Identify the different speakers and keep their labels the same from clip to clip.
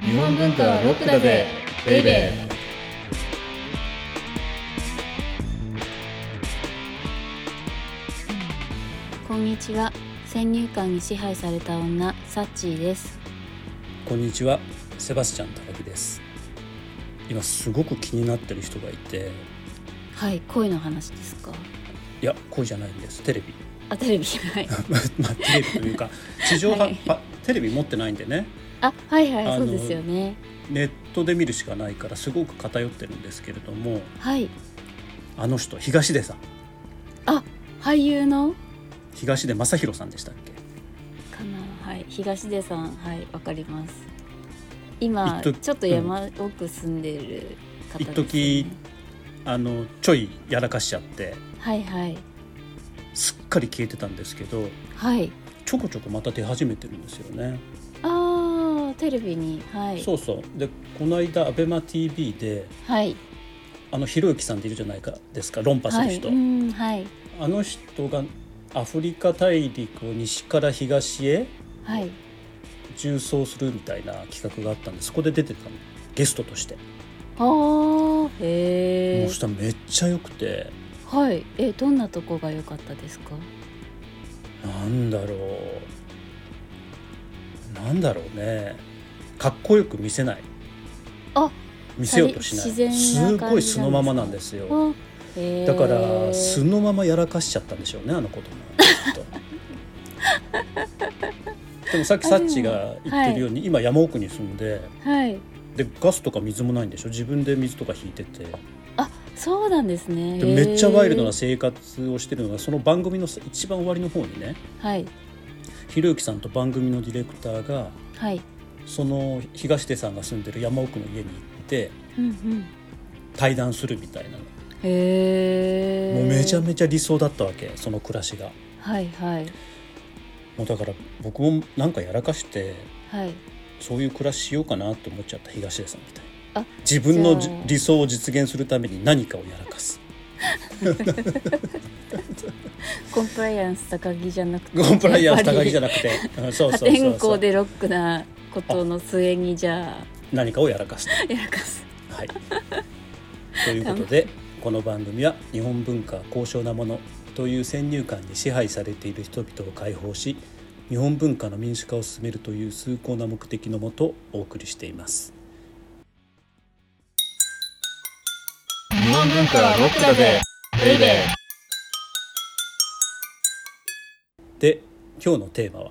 Speaker 1: 日本文化はロックだぜベイベー
Speaker 2: こんにちは先入観に支配された女サッチーです
Speaker 3: こんにちは、セバスチャン高木です。今すごく気になってる人がいて、
Speaker 2: はい恋の話ですか
Speaker 3: いや、恋じゃないんです。テレビ、
Speaker 2: あテレビはい
Speaker 3: まあテレビというか、地上波、
Speaker 2: はい
Speaker 3: パテレビ持ってないんでね、
Speaker 2: あはいは
Speaker 3: あ
Speaker 2: い
Speaker 3: の
Speaker 2: そうですよね
Speaker 3: ネットで見るしかないからすごく偏ってるんですけれども、
Speaker 2: はい
Speaker 3: あの人東出さん、
Speaker 2: あ俳優の
Speaker 3: 東出正宏さんでしたっけ？
Speaker 2: かなはい東出さんはいわかります今
Speaker 3: 一時
Speaker 2: ちょっと山奥住んでる方です、ね、
Speaker 3: 一時あのちょいやらかしちゃって、
Speaker 2: はいはい
Speaker 3: すっかり消えてたんですけど、
Speaker 2: はい
Speaker 3: ちょこちょこまた出始めてるんですよね。
Speaker 2: あーテレビにはい
Speaker 3: そうそう。で、この間アベマ TV で。
Speaker 2: はい
Speaker 3: あのひろゆきさんっているじゃないかですか論破す
Speaker 2: は
Speaker 3: る
Speaker 2: い
Speaker 3: 人、
Speaker 2: うんはい
Speaker 3: あの人がアフリカ大陸を西から東へ
Speaker 2: はい
Speaker 3: 縦走するみたいな企画があったんでそこで出てたのゲストとして、
Speaker 2: あーへ
Speaker 3: も
Speaker 2: え
Speaker 3: うしたらめっちゃ良くて
Speaker 2: はいえどんなとこが良かったですか
Speaker 3: なんだろうなんだろうねかっこよく見せない
Speaker 2: あ
Speaker 3: 見せようとしない
Speaker 2: 自然
Speaker 3: す
Speaker 2: な感じなん
Speaker 3: ご
Speaker 2: で
Speaker 3: い
Speaker 2: すか
Speaker 3: 素のままなんですよ
Speaker 2: あへー
Speaker 3: だから素のままやらかしちゃったんでしょうねあの子ともきっ とでもさっきサッチが言ってるように、今山奥に住んで
Speaker 2: はい
Speaker 3: でガスとか水もないんでしょ自分で水とか引いてて
Speaker 2: そうなんですね
Speaker 3: で
Speaker 2: へー
Speaker 3: めっちゃワイルドな生活をしてるのがその番組のさ一番終わりの方にね
Speaker 2: はい
Speaker 3: ひろゆきさんと番組のディレクターが
Speaker 2: はい
Speaker 3: その東出さんが住んでる山奥の家に行って
Speaker 2: うんうん
Speaker 3: 対談するみたいなのも
Speaker 2: へえ
Speaker 3: うめちゃめちゃ理想だったわけその暮らしが
Speaker 2: はいはい
Speaker 3: もうだから僕もなんかやらかして
Speaker 2: はい
Speaker 3: そういう暮らししようかなと思っちゃった東出さんみたい
Speaker 2: あ
Speaker 3: な自分の
Speaker 2: じ
Speaker 3: じ
Speaker 2: ゃあ
Speaker 3: 理想を実現するために何かをやらかす
Speaker 2: コンプライアンス高木じゃなくて
Speaker 3: コンプライアンス高木じゃ
Speaker 2: な
Speaker 3: なくて、うんそう
Speaker 2: 破
Speaker 3: そうそう
Speaker 2: 天
Speaker 3: そ
Speaker 2: 荒
Speaker 3: う
Speaker 2: でロックなことの末にじゃあ
Speaker 3: 何かをやらかすと
Speaker 2: やらかす
Speaker 3: はいということでこの番組は日本文化は高尚なものという先入観に支配されている人々を解放し日本文化の民主化を進めるという崇高な目的のもとお送りしています
Speaker 1: 日本文化はロックだぜベイベー
Speaker 3: で今日のテーマは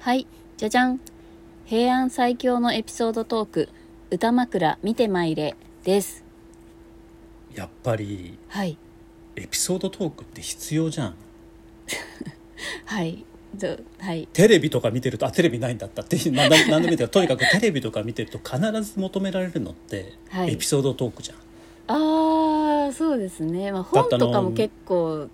Speaker 2: はいじゃじゃん平安最強のエピソードトーク歌枕見てまいれです
Speaker 3: やっぱり
Speaker 2: はい
Speaker 3: エピソードトークって必要じゃん
Speaker 2: はいどはい
Speaker 3: テレビとか見てるとあテレビないんだっ たってなな何でもいいけどとにかくテレビとか見てると必ず求められるのって
Speaker 2: はい
Speaker 3: エピソードトークじゃん、
Speaker 2: ああそうですね、まあ、
Speaker 3: だっ
Speaker 2: 本
Speaker 3: てあの
Speaker 2: とかも結構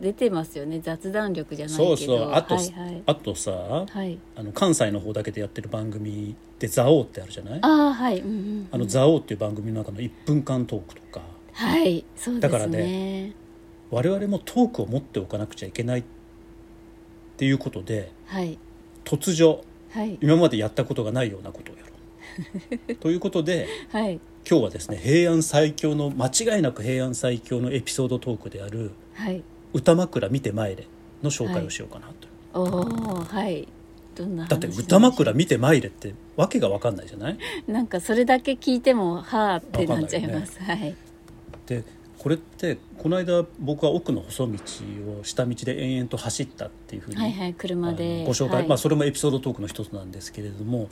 Speaker 2: 出てますよね雑談力じゃないけ
Speaker 3: そ
Speaker 2: ど
Speaker 3: うそうあと、
Speaker 2: はいはい、
Speaker 3: あとさ
Speaker 2: はい、
Speaker 3: あの関西の方だけでやってる番組で「蔵王」ってあるじゃない
Speaker 2: ああはい、うんうんうん、
Speaker 3: あの「蔵王」っていう番組の中の1分間トークとか
Speaker 2: はいそうで
Speaker 3: だか
Speaker 2: す
Speaker 3: ら
Speaker 2: ね
Speaker 3: 我々もトークを持っておかなくちゃいけないっていうことで
Speaker 2: はい
Speaker 3: 突如
Speaker 2: はい
Speaker 3: 今までやったことがないようなことをやろう。 ということで
Speaker 2: はい
Speaker 3: 今日はですね平安最強の間違いなく平安最強のエピソードトークである
Speaker 2: はい
Speaker 3: 「歌枕見てまいれ」の紹介をしようかなと、
Speaker 2: おおはいどんな話
Speaker 3: だって「歌枕見てまいれ」ってわけが分かんないじゃない
Speaker 2: なんかそれだけ聞いてもはあってなっちゃいますはい
Speaker 3: でこれってこの間僕は奥の細道を下道で延々と走ったっていうふうに、
Speaker 2: はいはい車
Speaker 3: あ
Speaker 2: で
Speaker 3: のご紹介、
Speaker 2: はい
Speaker 3: まあ、それもエピソードトークの一つなんですけれども、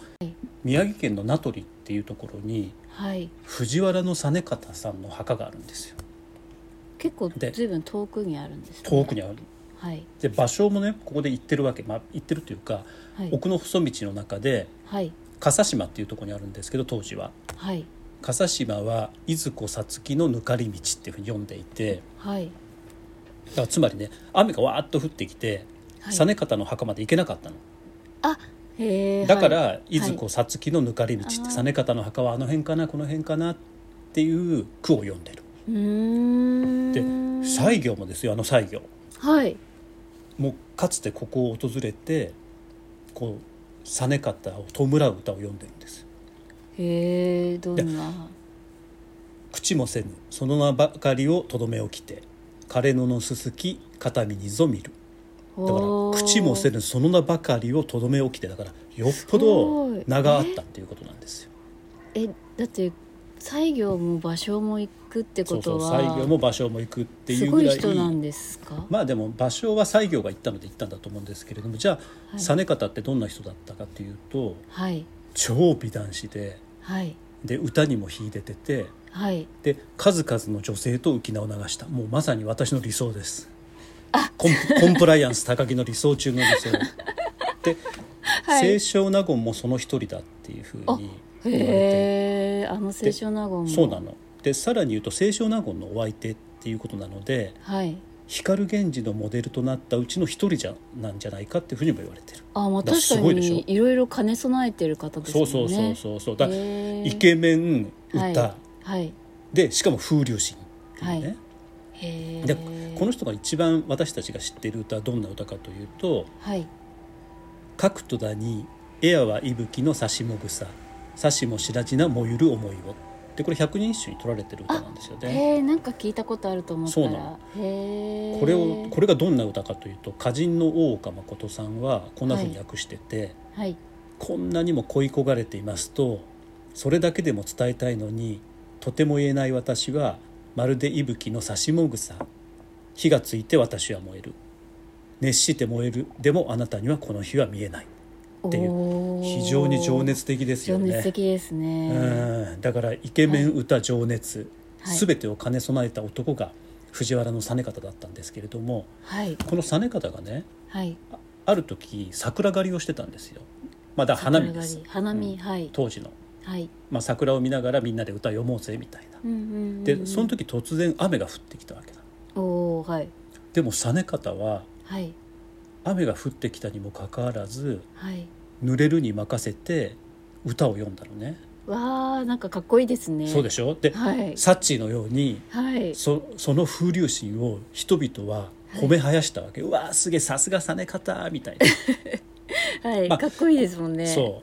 Speaker 3: 宮城県の名取っていうところに
Speaker 2: はい
Speaker 3: 藤原実方さんの墓があるんですよ
Speaker 2: 結構
Speaker 3: で
Speaker 2: 随分遠くにあるんですね
Speaker 3: 遠くにある
Speaker 2: はい
Speaker 3: で場所もねここで行ってるわけ、まあ、行ってるというか、
Speaker 2: はい
Speaker 3: 奥の細道の中で
Speaker 2: はい
Speaker 3: 笠島っていうところにあるんですけど当時は
Speaker 2: はい
Speaker 3: 笠島は伊豆子さつきのぬかり道っていうふうに読んでいて
Speaker 2: はい
Speaker 3: だからつまりね雨がわーっと降ってきて、
Speaker 2: はい
Speaker 3: 実方の墓まで行けなかったの
Speaker 2: あへえ
Speaker 3: だから、
Speaker 2: はい
Speaker 3: 伊豆子さつきのぬかり道って
Speaker 2: あー
Speaker 3: 実方の墓はあの辺かなこの辺かなっていう句を読んでる
Speaker 2: うーん
Speaker 3: で西行もですよあの西行
Speaker 2: はい
Speaker 3: もうかつてここを訪れてこう実方を弔う歌を読んでるんです
Speaker 2: へえどんな
Speaker 3: 口もせぬその名ばかりをとどめ置きて枯れ野のすすき片身にぞ見るだから口もせぬその名ばかりをとどめ置きてだからよっぽど名があったっていうことなんですよ。
Speaker 2: えだって西行も場所も行くって
Speaker 3: そ
Speaker 2: こ
Speaker 3: う
Speaker 2: と
Speaker 3: そう
Speaker 2: は
Speaker 3: 西行も場所も行くってい
Speaker 2: す
Speaker 3: う
Speaker 2: ご
Speaker 3: ぐ
Speaker 2: い
Speaker 3: らい
Speaker 2: 人なんですか、
Speaker 3: まあでも場所は西行が行ったので行ったんだと思うんですけれどもじゃあ、
Speaker 2: はい
Speaker 3: 実方ってどんな人だったかというと
Speaker 2: はい
Speaker 3: 超美男子で
Speaker 2: はい
Speaker 3: で歌にも秀でてて
Speaker 2: はい
Speaker 3: で数々の女性と浮き名を流したもうまさに私の理想ですコンプコンプライアンス高木の理想中の理 想で、
Speaker 2: はい
Speaker 3: 清少納言もその一人だっていうふうに言われて
Speaker 2: へえあの清少納言も
Speaker 3: そうなのでさらに言うと清少納言のお相手っていうことなので
Speaker 2: はい
Speaker 3: 光源氏のモデルとなったうちの一人じゃなんじゃないかっていうふうにも言われてる、
Speaker 2: あまあ
Speaker 3: だから
Speaker 2: 確
Speaker 3: す
Speaker 2: か
Speaker 3: ごいでしょ
Speaker 2: にいろいろ兼ね備えてる方です
Speaker 3: そ
Speaker 2: もん
Speaker 3: う
Speaker 2: ね
Speaker 3: そうそうそうそうだ、
Speaker 2: へえ
Speaker 3: イケメン歌、
Speaker 2: はいはい
Speaker 3: でしかも風流詩っていうね、
Speaker 2: はいへえ
Speaker 3: でこの人が一番私たちが知っている歌はどんな歌かというと
Speaker 2: はい
Speaker 3: 「角とだにエアは息吹の差しもぐさ差しも白地なもゆる思いを」でこれ百人一首に取られてる歌なんですよね。
Speaker 2: へえなんか聞いたことあると思った
Speaker 3: そうな
Speaker 2: らへえ
Speaker 3: これをこれがどんな歌かというと歌人の大岡誠さんはこんなふうに訳してて、
Speaker 2: はい
Speaker 3: こんなにも恋焦がれていますとそれだけでも伝えたいのにとても言えない私はまるで息吹の差しもぐさ火がついて私は燃える熱して燃えるでもあなたにはこの火は見えないっていう
Speaker 2: おー
Speaker 3: 非常に情熱的ですよ
Speaker 2: 情熱
Speaker 3: ね
Speaker 2: 的ですね、
Speaker 3: うんだからイケメン歌情熱、
Speaker 2: はい
Speaker 3: 全てを兼ね備えた男が藤原の実方だったんですけれども
Speaker 2: はい
Speaker 3: この実方がね
Speaker 2: はい
Speaker 3: ある時桜狩りをしてたんですよまだ花見で
Speaker 2: 桜
Speaker 3: す
Speaker 2: 狩り花見、
Speaker 3: うん
Speaker 2: はい
Speaker 3: 当時の
Speaker 2: はい
Speaker 3: まあ、桜を見ながらみんなで歌読もうぜみたいな
Speaker 2: うんうんうんうん
Speaker 3: でその時突然雨が降ってきたわけだ
Speaker 2: おおはい
Speaker 3: でも実方は
Speaker 2: はい
Speaker 3: 雨が降ってきたにもかかわらず
Speaker 2: はい
Speaker 3: 濡れるに任せて歌を読んだのね、
Speaker 2: わあなんかかっこいいですね
Speaker 3: そうでしょで、
Speaker 2: はい
Speaker 3: サッチーのように
Speaker 2: はい
Speaker 3: そその風流心を人々は褒めはやしたわけ、うわーすげえさすが実方みたいな、
Speaker 2: はい、
Speaker 3: まあ
Speaker 2: かっこいいですもんね
Speaker 3: そ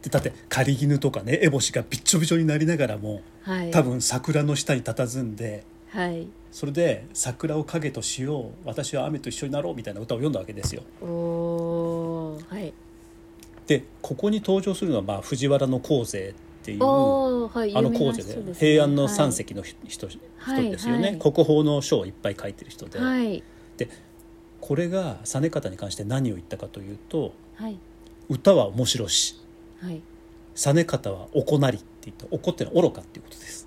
Speaker 3: うでだって狩衣とかね烏帽子がびっちょびちょになりながらも
Speaker 2: はい
Speaker 3: 多分桜の下に佇んで
Speaker 2: はい
Speaker 3: それで「桜を影としよう私は雨と一緒になろう」みたいな歌を読んだわけですよ。
Speaker 2: おおーはい
Speaker 3: でここに登場するのはまあ藤原の光勢っていうあ
Speaker 2: おおはい
Speaker 3: の
Speaker 2: 有名
Speaker 3: 光
Speaker 2: な
Speaker 3: 勢
Speaker 2: 人
Speaker 3: で,、
Speaker 2: すね
Speaker 3: 平安の三席の人,、人
Speaker 2: はい
Speaker 3: ですよね、
Speaker 2: はい
Speaker 3: 国宝の書をいっぱい書いてる人で、
Speaker 2: はい
Speaker 3: これが実方に関して何を言ったかというと
Speaker 2: はい
Speaker 3: 「歌は面白し
Speaker 2: はい
Speaker 3: 実方は行なり」って言った「行ってのは愚かっていうことです。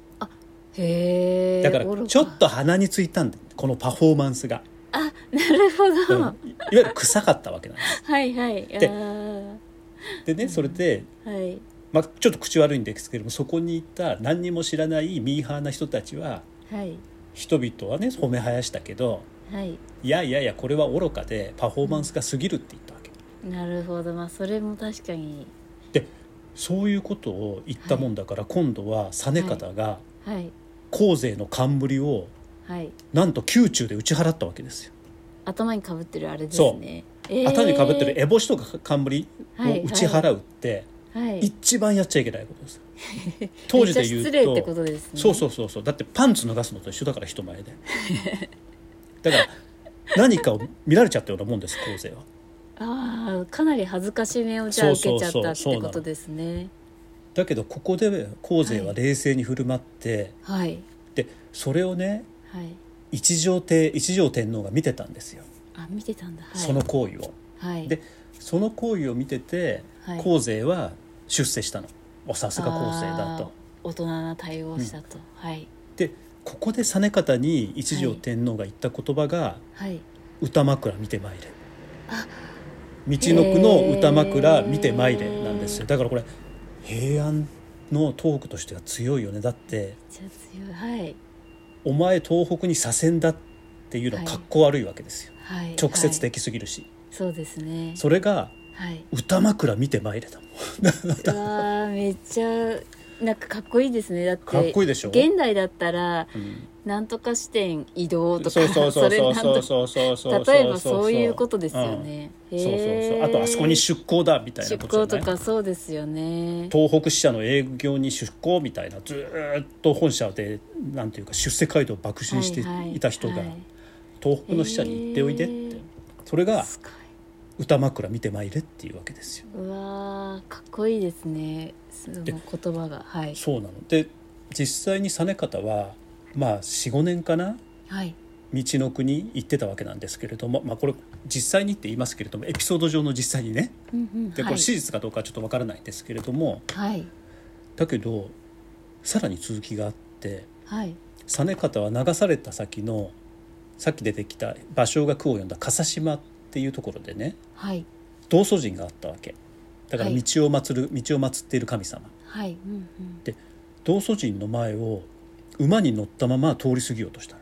Speaker 2: へえ
Speaker 3: だからちょっと鼻についたんだよこのパフォーマン スが、
Speaker 2: あなるほど、
Speaker 3: うんいいわゆる臭かったわけなんです。
Speaker 2: はいはい
Speaker 3: で
Speaker 2: あー
Speaker 3: でねそれで
Speaker 2: はい
Speaker 3: まあ、ちょっと口悪いんですけれどもそこにいた何にも知らないミーハーな人たちは
Speaker 2: はい
Speaker 3: 人々はね褒めはやしたけど
Speaker 2: はい
Speaker 3: いやいやいやこれは愚かでパフォーマンスが過ぎるって言ったわけ
Speaker 2: なるほどまあそれも確かに
Speaker 3: そういうことを言ったもんだから、今度は実方が
Speaker 2: はい
Speaker 3: 後世の冠を
Speaker 2: はい
Speaker 3: なんと宮中で打ち払ったわけですよ、
Speaker 2: 頭にかぶってるあれです
Speaker 3: そう
Speaker 2: ねえー
Speaker 3: 頭にかぶってる烏帽子とか冠を打ち払うって
Speaker 2: はい
Speaker 3: 一番やっちゃいけないこと です、当時で言うと
Speaker 2: めっちゃ失礼ってことですね
Speaker 3: そうそうそうそうだってパンツ脱がすのと一緒だから人前でだから何かを見られちゃったようなもんです構成は
Speaker 2: ああかなり恥ずかしめをじゃあ受
Speaker 3: そう
Speaker 2: け
Speaker 3: そ
Speaker 2: ち
Speaker 3: う
Speaker 2: ゃっ
Speaker 3: そ
Speaker 2: たっ
Speaker 3: う
Speaker 2: てこ
Speaker 3: そうなの
Speaker 2: とですね
Speaker 3: だけどここで構成は冷静に振る舞って、
Speaker 2: はい
Speaker 3: でそれをね
Speaker 2: はい
Speaker 3: 一条帝一条天皇が見てたんですよ、
Speaker 2: あ見てたんだはい
Speaker 3: その行為を
Speaker 2: はい
Speaker 3: でその行為を見てて
Speaker 2: はい
Speaker 3: 構成は出世したのおさすが構成
Speaker 2: あ
Speaker 3: だ
Speaker 2: ー
Speaker 3: と
Speaker 2: 大人な対応をしたと、はい
Speaker 3: でここで実方に一条天皇が言った言葉が、
Speaker 2: はい
Speaker 3: 歌枕見てまいれ
Speaker 2: あ
Speaker 3: みちのくの歌
Speaker 2: へ
Speaker 3: 枕
Speaker 2: ー
Speaker 3: 見てまいれなんですよだからこれ平安の東北としては強いよねだって
Speaker 2: じゃあ強いはい
Speaker 3: お前東北に左遷だっていうのは
Speaker 2: はい
Speaker 3: かっこ悪いわけですよ、
Speaker 2: はい
Speaker 3: 直接
Speaker 2: はい
Speaker 3: 的すぎるし、
Speaker 2: そうですね
Speaker 3: それが
Speaker 2: はい
Speaker 3: 歌枕見てまいれだもん
Speaker 2: うわーめっちゃなんかかっこいいですねだって
Speaker 3: かっこいいでしょ
Speaker 2: 現代だったら
Speaker 3: うん
Speaker 2: なんとか視点移動とか
Speaker 3: そうそうそうそう
Speaker 2: れ
Speaker 3: そ
Speaker 2: なん
Speaker 3: うそうそうそう
Speaker 2: と例えばそういうことですよね、
Speaker 3: うん
Speaker 2: へ
Speaker 3: そうそう
Speaker 2: ー
Speaker 3: そうあとあそこに出向だみたいな
Speaker 2: 出
Speaker 3: こと
Speaker 2: 向
Speaker 3: じゃ
Speaker 2: と
Speaker 3: ない
Speaker 2: かそうですよね
Speaker 3: 東北支社の営業に出向みたいなずーっと本社でなんていうか出世街道を爆心していた人が
Speaker 2: はいはいはい
Speaker 3: 東北の支社に行っておいでって、
Speaker 2: へー
Speaker 3: それが
Speaker 2: す
Speaker 3: 歌枕見てまいれっていうわけですよ。
Speaker 2: ごいうわーかっこいいですねその
Speaker 3: で
Speaker 2: 言葉がはい
Speaker 3: そうなので実際に実方はまあ45年かな
Speaker 2: はい
Speaker 3: 道の国行ってたわけなんですけれども、まあ、これ実際にって言いますけれどもエピソード上の実際にね
Speaker 2: うんうん
Speaker 3: でこ
Speaker 2: は
Speaker 3: れ
Speaker 2: い
Speaker 3: 史実かどうかはちょっとわからないんですけれども、
Speaker 2: はい
Speaker 3: だけどさらに続きがあって
Speaker 2: はい
Speaker 3: 実方は流された先のさっき出てきた芭蕉が句を読んだ笠島っていうところでね
Speaker 2: はい
Speaker 3: 道祖神があったわけだから
Speaker 2: はい
Speaker 3: 道を祀る、道を祀っている神様
Speaker 2: はいうんうん
Speaker 3: 道祖神の前を馬に乗ったまま通り過ぎようとしたの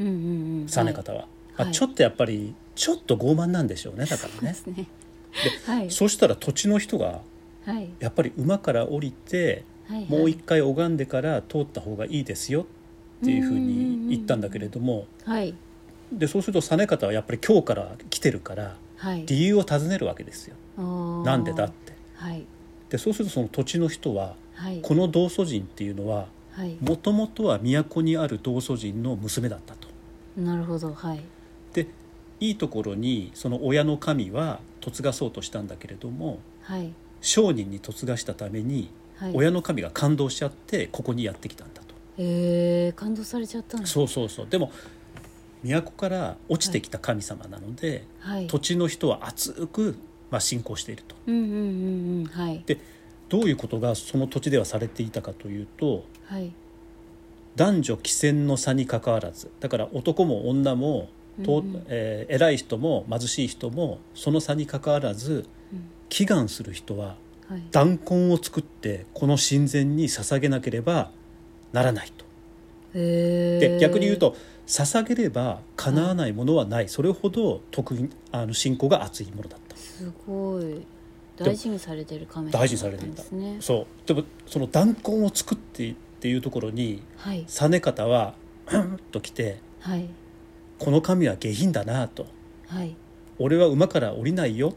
Speaker 2: うんうんうん
Speaker 3: 実方は、まあ
Speaker 2: はい
Speaker 3: ちょっとやっぱりちょっと傲慢なんでしょう ねだから
Speaker 2: はい
Speaker 3: ね
Speaker 2: ですねはい
Speaker 3: そうしたら土地の人が
Speaker 2: はい
Speaker 3: やっぱり馬から降りて
Speaker 2: はい
Speaker 3: もう一回拝んでから通った方がいいですよっていうふうに言ったんだけれども、
Speaker 2: はい
Speaker 3: でそうすると実方はやっぱり今日から来てるから
Speaker 2: はい
Speaker 3: 理由を尋ねるわけですよ
Speaker 2: な
Speaker 3: なんでだって
Speaker 2: はい
Speaker 3: でそうするとその土地の人は
Speaker 2: はい
Speaker 3: この道祖神っていうのは
Speaker 2: はい
Speaker 3: もともとは都にある道祖神の娘だったと
Speaker 2: なるほどはい
Speaker 3: でいいところにその親の神は嫁がそうとしたんだけれども
Speaker 2: はい
Speaker 3: 商人に嫁がしたために
Speaker 2: はい
Speaker 3: 親の神が感動しちゃってここにやってきたんだと、
Speaker 2: えー、感動されちゃったの
Speaker 3: そうそうそうでも都から落ちてきた神様なので、
Speaker 2: はい
Speaker 3: 土地の人は熱く、まあ、信仰していると。
Speaker 2: うんうんうんうんはい
Speaker 3: でどういうことがその土地ではされていたかというと
Speaker 2: はい
Speaker 3: 男女貴賤の差にかかわらずだから男も女も、と
Speaker 2: うんうん
Speaker 3: えー偉い人も貧しい人もその差にかかわらず
Speaker 2: うん
Speaker 3: 祈願する人は
Speaker 2: はい
Speaker 3: 弾痕を作ってこの神前に捧げなければならないと。
Speaker 2: えー、
Speaker 3: で逆に言うと捧げれば叶わないものはない、それほど得意あの信仰が厚いものだった。
Speaker 2: すごい大事にされてるカメラ
Speaker 3: 大事にされていた
Speaker 2: ですね
Speaker 3: そうでもその弾痕を作ってっていうところに
Speaker 2: はい
Speaker 3: 実方は うんと来て
Speaker 2: はい
Speaker 3: この神は下品だなと
Speaker 2: はい
Speaker 3: 俺は馬から降りないよっ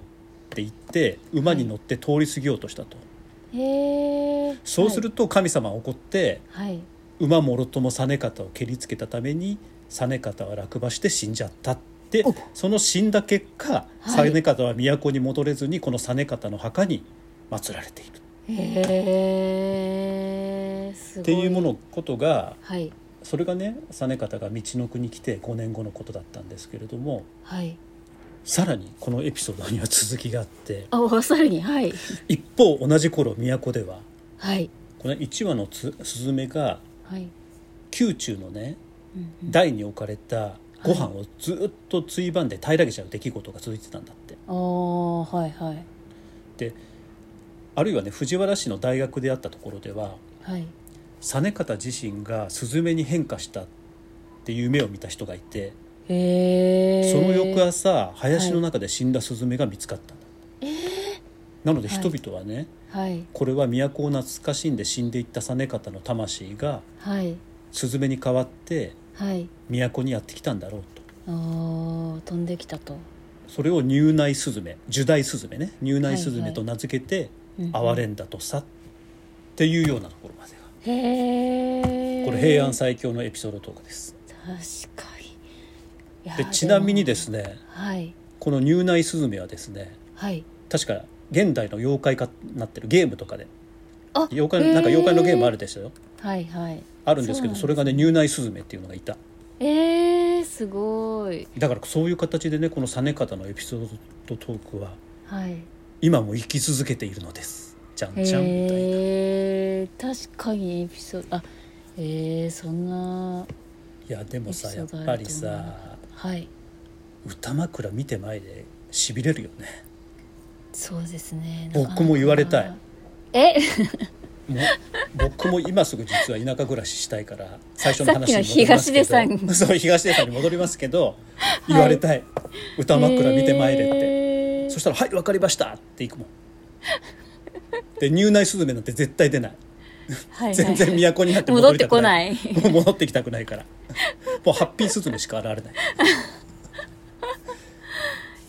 Speaker 3: て言って馬に乗って通り過ぎようとしたと、
Speaker 2: へえー、
Speaker 3: そうすると神様は怒って
Speaker 2: はい、はい、
Speaker 3: 馬もろとも実方を蹴りつけたために実方は落馬して死んじゃったって
Speaker 2: お
Speaker 3: その死んだ結果
Speaker 2: はい
Speaker 3: 実方は都に戻れずにこの実方の墓に祀られているっ
Speaker 2: へえー、すごい
Speaker 3: ていうものことが
Speaker 2: はい
Speaker 3: それがね実方が道の国に来て5年後のことだったんですけれども
Speaker 2: はい
Speaker 3: さらにこのエピソードには続きがあって
Speaker 2: あさらにはい
Speaker 3: 一方同じ頃都では
Speaker 2: はい
Speaker 3: この1羽のつスズメが
Speaker 2: はい、
Speaker 3: 宮中のね
Speaker 2: うんうん、
Speaker 3: 台に置かれたご飯をずっとついばんで平らげちゃう出来事が続いてたんだって。
Speaker 2: ああはいはい
Speaker 3: であるいはね藤原氏の大学であったところでは
Speaker 2: はい
Speaker 3: 実方自身がスズメに変化したっていう夢を見た人がいて
Speaker 2: へえ
Speaker 3: その翌朝林の中で死んだスズメが見つかったんだ、なので人々はね、
Speaker 2: はい
Speaker 3: これは都を懐かしんで死んでいった実方の魂が
Speaker 2: はい
Speaker 3: スズメに代わって
Speaker 2: はい
Speaker 3: 都にやってきたんだろうと
Speaker 2: あー飛んできたと、
Speaker 3: それを入内スズメ樹大スズメね入内ス
Speaker 2: はい
Speaker 3: ズメ
Speaker 2: はい
Speaker 3: と名付けて
Speaker 2: うん
Speaker 3: 哀れんだとさっていうようなところまでが
Speaker 2: へえ
Speaker 3: これ平安最強のエピソードトークです
Speaker 2: 確かにいや
Speaker 3: で
Speaker 2: ー
Speaker 3: ちなみにですすね
Speaker 2: もはい
Speaker 3: この入内スズメはですね
Speaker 2: はい
Speaker 3: 確か現代の妖怪化になってるゲームとかで
Speaker 2: あ
Speaker 3: 妖怪なんか妖怪のゲームあ
Speaker 2: る
Speaker 3: るでしょ
Speaker 2: はいはい
Speaker 3: あるんですけどそ
Speaker 2: そう
Speaker 3: れ
Speaker 2: なんですね
Speaker 3: がね入内スズメっていうのがいた
Speaker 2: えー、すごい
Speaker 3: だからそういう形でねこの実方のエピソードトークは
Speaker 2: はい
Speaker 3: 今も生き続けているのですじゃんじゃんみたいな
Speaker 2: へえー、確かにエピソードあえー、そんない
Speaker 3: やでもさ
Speaker 2: エピ
Speaker 3: や
Speaker 2: ソ
Speaker 3: っ
Speaker 2: ードある
Speaker 3: ぱり
Speaker 2: と思わな
Speaker 3: さ
Speaker 2: はい
Speaker 3: 歌枕見て前でしびれるよね
Speaker 2: そうですね
Speaker 3: 僕も言われたい
Speaker 2: え
Speaker 3: もう僕も今すぐ実は田舎暮らししたいから最初の話に戻り
Speaker 2: さっ
Speaker 3: ます
Speaker 2: きの東
Speaker 3: け
Speaker 2: 出
Speaker 3: ど
Speaker 2: さん
Speaker 3: そう東出さんに戻りますけど言われたい、歌枕見てまいれって、
Speaker 2: えー
Speaker 3: そしたら「はいわかりました」っていくもんで入内スズメなんて絶対出ない
Speaker 2: はい
Speaker 3: 全然
Speaker 2: はい
Speaker 3: 都に入って
Speaker 2: 戻
Speaker 3: 戻
Speaker 2: っ
Speaker 3: り
Speaker 2: て
Speaker 3: た
Speaker 2: こ
Speaker 3: くない
Speaker 2: ない
Speaker 3: もう戻ってきたくないからもうハッピースズメしか現 れない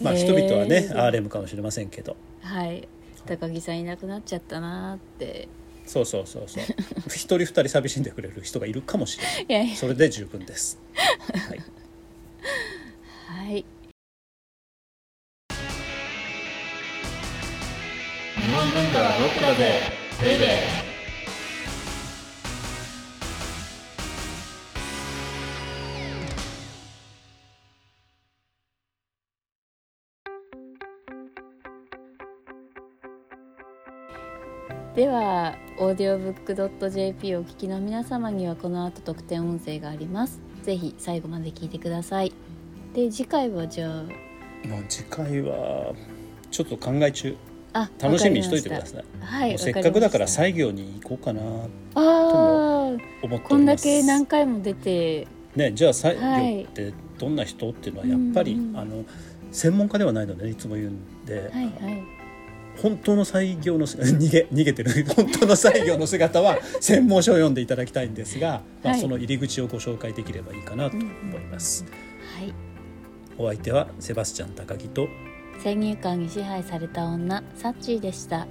Speaker 3: まあ
Speaker 2: へー
Speaker 3: 人々はね RM かもしれませんけど
Speaker 2: はい高木さんいなくなっちゃったなーって
Speaker 3: そうそうそうそう一人二人寂しんでくれる人がいるかもしれない
Speaker 2: いやいや
Speaker 3: それで十分です、はい、
Speaker 2: はい
Speaker 1: 日本文化はロックだぜベイベー
Speaker 2: ではオーディオブックドット JP をお聞きの皆様にはこの後特典音声がありますぜひ最後まで聞いてくださいで次回はじゃ
Speaker 3: もう次回はちょっと考え中
Speaker 2: ああ
Speaker 3: 楽しみにしといてくだ
Speaker 2: い
Speaker 3: さい
Speaker 2: はい
Speaker 3: もうせっかくだから
Speaker 2: 最
Speaker 3: 採業に行こうかなと思って
Speaker 2: ああ
Speaker 3: おります
Speaker 2: こんだけ何回も出て
Speaker 3: ね、じゃあ採
Speaker 2: はい
Speaker 3: 業ってどんな人っていうのはやっぱり、
Speaker 2: うんうん
Speaker 3: あの専門家ではないので、ね、いつも言うんで、
Speaker 2: はいはい
Speaker 3: 本当の採業の逃げ逃げてる 本当の採業の 姿は専門書を読んでいただきたいんですが、まあ、
Speaker 2: はい
Speaker 3: その入り口をご紹介できればいいかなと思います。
Speaker 2: はい
Speaker 3: お相手はセバスチャン高木と
Speaker 2: 先入観に支配された女サッチーでした